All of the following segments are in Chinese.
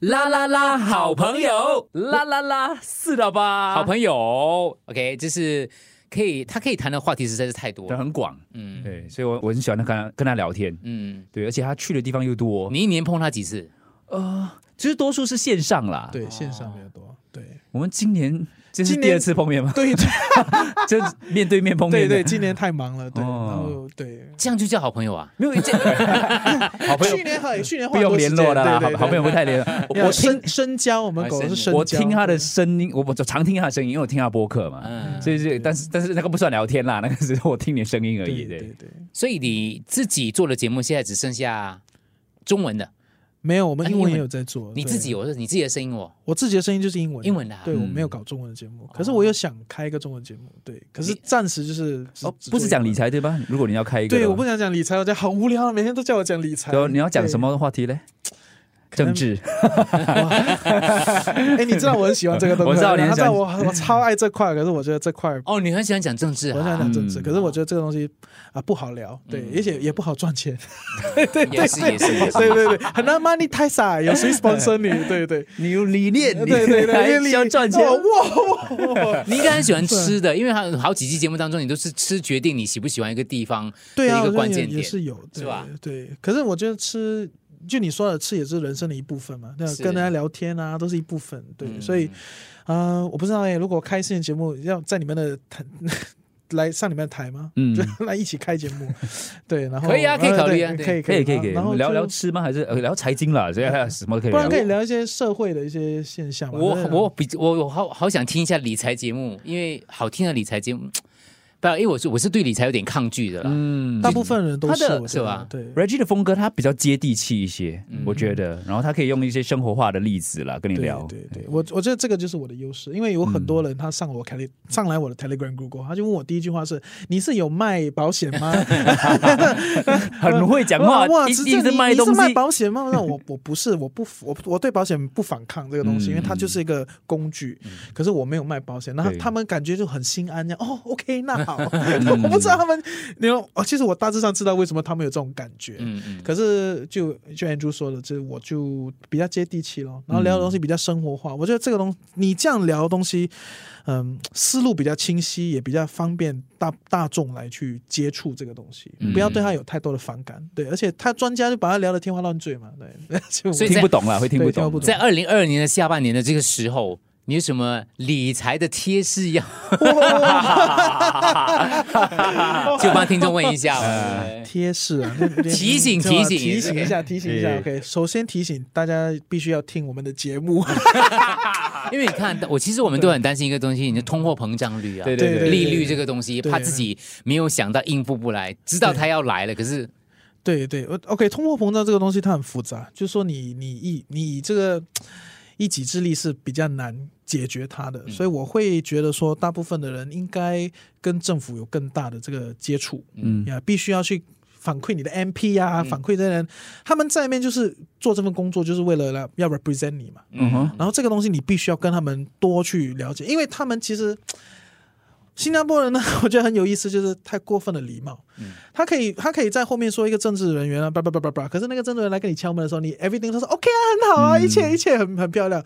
啦啦啦，好朋友，啦啦啦，四到八，好朋友，OK，就是可以，他可以谈的话题实在是太多对了。很广，嗯对，所以我我很喜欢跟他跟他聊天，嗯，对，而且他去的地方又多，呃你一年碰他几次？其实多数是线上啦。，对，线上比较多。对，我们今年这是今年第二次碰面吗？对对 这面对面碰面的，对对，今年太忙了，对，然哦后对，这样就叫好朋友啊？没有 这好朋友去年很去年不花很用多时联间络了啦，对对好好朋友不太 联对络。要我听深深交，我们狗是哎深交，我听他的声音，我我常听他的声音，因为我听他播客嘛，嗯，所以是但是但是那个不算聊天啦，那个只是我听你声音而对已。对对对，对，所以你自己做的节目现在只剩下中文的，没有，我啊们英英文也文有在做，你对自己，我说你自己的声音哦，我自己的哦声音就是英文，英文的啊对我没有嗯搞中文的节目，可是我有想开一个中文节目，对，可是你暂时就是只哦，不是讲理，只做财对吧？如果你要开一英文个的话，对，我不想讲理财，我讲好无聊啊，每天都叫我讲理财对哦，，你要讲对什？么话题嘞？可能政治，哎，你知道我很喜欢这 个东西，我知道你很然后喜欢我我超爱这块，可是我觉得这块哦，你很喜欢讲政治我很想啊讲，政治，嗯可是我觉得这个东西啊不好聊，对，嗯而且也不好赚钱，也是也 是也是，对对对，很难 money 太傻，有谁 sponsor 你？ 对对你有理念，对对对，因为你要赚钱。哦哇哇 哇！你应该很喜欢吃的，因为他好几期节目当中，你都是吃决定你喜不喜欢一个地方的对啊，一我个觉得关也键也点。是有，对是吧？对，可是我觉得吃，就你说的吃也是人生的一部分嘛，对啊，是跟人家聊天啊，都是一部分，对，嗯所以啊，我不知道哎，如果开新的节目要在你们的台来上你们的台吗？嗯就， 来一起开节目， 对，然后可以啊可以考虑啊呃对对可以可以可以可以，然后聊就聊吃吗？还是呃聊财经啦？所以还有什么都可以不然聊可？以聊一些社会的一些现象吧。我对啊我比我我好好想听一下理财节目，因为好听的理财节目，不，因为我是我是对理财有点抗拒的啦。嗯大部分人都他是的我是觉得吧对， Reggie 的风格他比较接地气一些，我觉得，然后他可以用一些生活化的例子啦跟你对聊。嗯对对，我我觉得这个就是我的优势，因为有很多人他上我 tele 上来我的 Telegram group，过后他就问我第一句话是：“你是有卖保险吗？” 很会讲哇话，哇，一是一这直你卖你东是卖西。保险吗？那我我不是，我不我我对保险不反抗这个东西，嗯因为它就是一个工具。可是我没有卖保险，那对嗯他们感觉就很心安，这样哦，OK，那 好，我不知道他们，你说哦，其实我大致上知道为什么他们有这种感觉。嗯嗯，可是就就 Andrew 说的，这我就比较接地气咯，然后聊的东嗯西比较生活化。我觉得这个东你这样聊的东西，嗯，思路比较清晰，也比较方便大大众来去接触这个东西，嗯不要对他有太多的反感。对，而且他专家就把他聊得天花乱坠嘛，对， 就我所以听不懂啦，会听不对听懂不懂。在二零二二年的下半年的这个时候，你有什么理财的贴士 要？ 就帮听众问一下 吧。对不对贴士啊，那 提醒对吧提醒提醒一下，提醒一下。对 OK，首先提醒大家必须要听我们的节目，因为你看，我其实我们都很担心一个东西，你的通货膨胀率啊，对对对，利率这个东西，对怕自己没有想到应付不来，知道它要来了，可是对对我，OK，通货膨胀这个东西它很复杂，就是说你你以你以这个一己之力是比较难解决它的，所以我会觉得说，大部分的人应该跟政府有更大的这个接触，嗯呀，必须要去反馈你的 MP 呀、反馈这些人，他们在那边就是做这份工作，就是为了来要 represent 你嘛，嗯哼，然后这个东西你必须要跟他们多去了解，因为他们其实新加坡人呢， 我觉得很有意思，就是太过分的礼貌。他可以他可以在后面说一个政治人员啊，叭叭叭叭叭，可是那个政治人来跟你敲门的时候，你 everything 都说 OK 啊，很好啊，一切一切很很漂亮。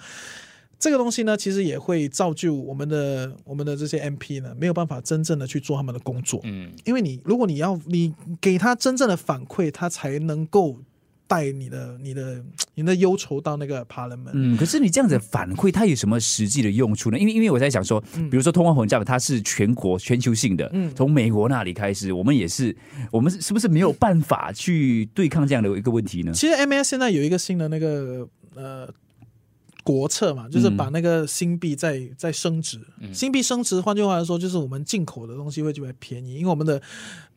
这个东西呢，其实也会造就我们的我们的这些 MP 呢，没有办法真正的去做他们的工作。嗯因为你如果你要你给他真正的反馈，他才能够带你的你的你的忧愁到那个 parliament。嗯，可是你这样子反馈，它有什么实际的用处呢？因为因为我在想说，嗯比如说通货膨胀，它是全国全球性的，从美国那里开始，我们也是，我们是是不是没有办法去对抗这样的一个问 题呢？其实 MAS 现在有一个新的那个呃国策嘛，就是把那个新币再、再升值。新币升值，换句话来说，就是我们进口的东西会特别便宜，因为我们的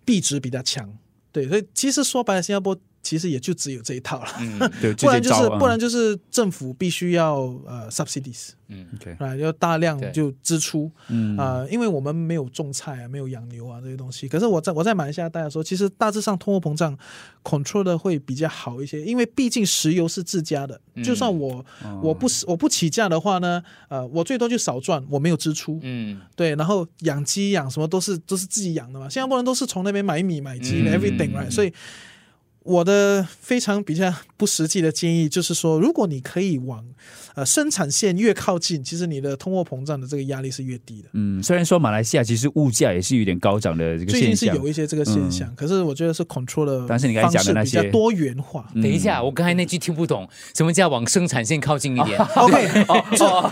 币值比较强。对，所以其实说白了，新加坡其实也就只有这一套了。嗯对，不然就这是些招啊不然就是政府必须要呃 subsidies，嗯， OK，啊，要大量对就支出，嗯啊、因为我们没有种菜啊，没有养牛啊这些东西。可是我在我在马来西亚待的时候，其实大致上通货膨胀 control 的会比较好一些，因为毕竟石油是自家的，就算我、哦我不我不起价的话呢，呃，我最多就少赚，我没有支出。嗯，对，然后养鸡养什么都是都是自己养的嘛，新加坡人都是从那边买米买鸡的、嗯 everything right，所以我的非常比较不实际的建议就是说，如果你可以往呃生产线越靠近，其实你的通货膨胀的这个压力是越低的。嗯，虽然说马来西亚其实物价也是有点高涨的这个最现近是象，嗯有一些这个现象，可是我觉得是 control 的但是你刚才方讲的式那比较些多 元化。等一下，我刚才那句听不懂，什么叫往生产线靠近一 点？哦哦 OK，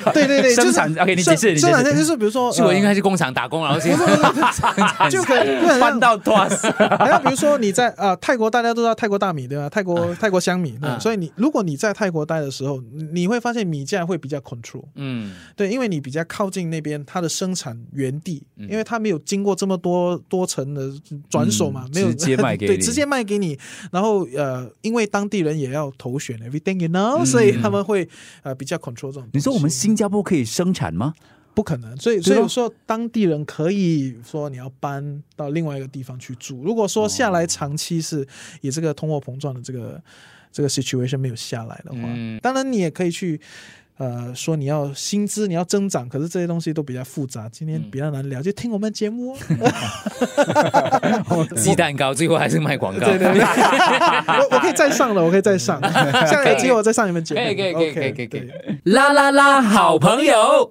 就对对对，就生是产 OK，你解释你解释生产线就是比 如说，是我应呃该去工厂打工，然后去 就可以 翻到多少？还有比如说你在啊、呃泰国，大家都知道泰国大米对吧？泰国泰国香米，对吧嗯所以你如果你在泰国待的时候，你你会发现米价会比较 control，嗯对，因为你比较靠近那边它的生产园地，嗯因为它没有经过这么多多层的转手嘛，嗯没有直接卖给你 对，直接卖给你。然后呃，因为当地人也要投选 everything you know，、所以他们会呃比较 control 这种东西。嗯你说我们新加坡可以生产吗？不可能，所以对所啊以我说当地人可以说你要搬到另外一个地方去住。如果说下来哦长期是以这个通货膨胀的这个这个 situation 没有下来的话，嗯当然你也可以去。呃，说你要薪资，你要增长，可是这些东西都比较复杂，今嗯天比较难聊，就听我们节目、 哦。鸡蛋糕，最后还是卖广告。对 对对，我我可以再上了，我可以再上，下个机会我再上你们节目。可以可以可以 OK，可以可以可以对啦啦啦，好朋友。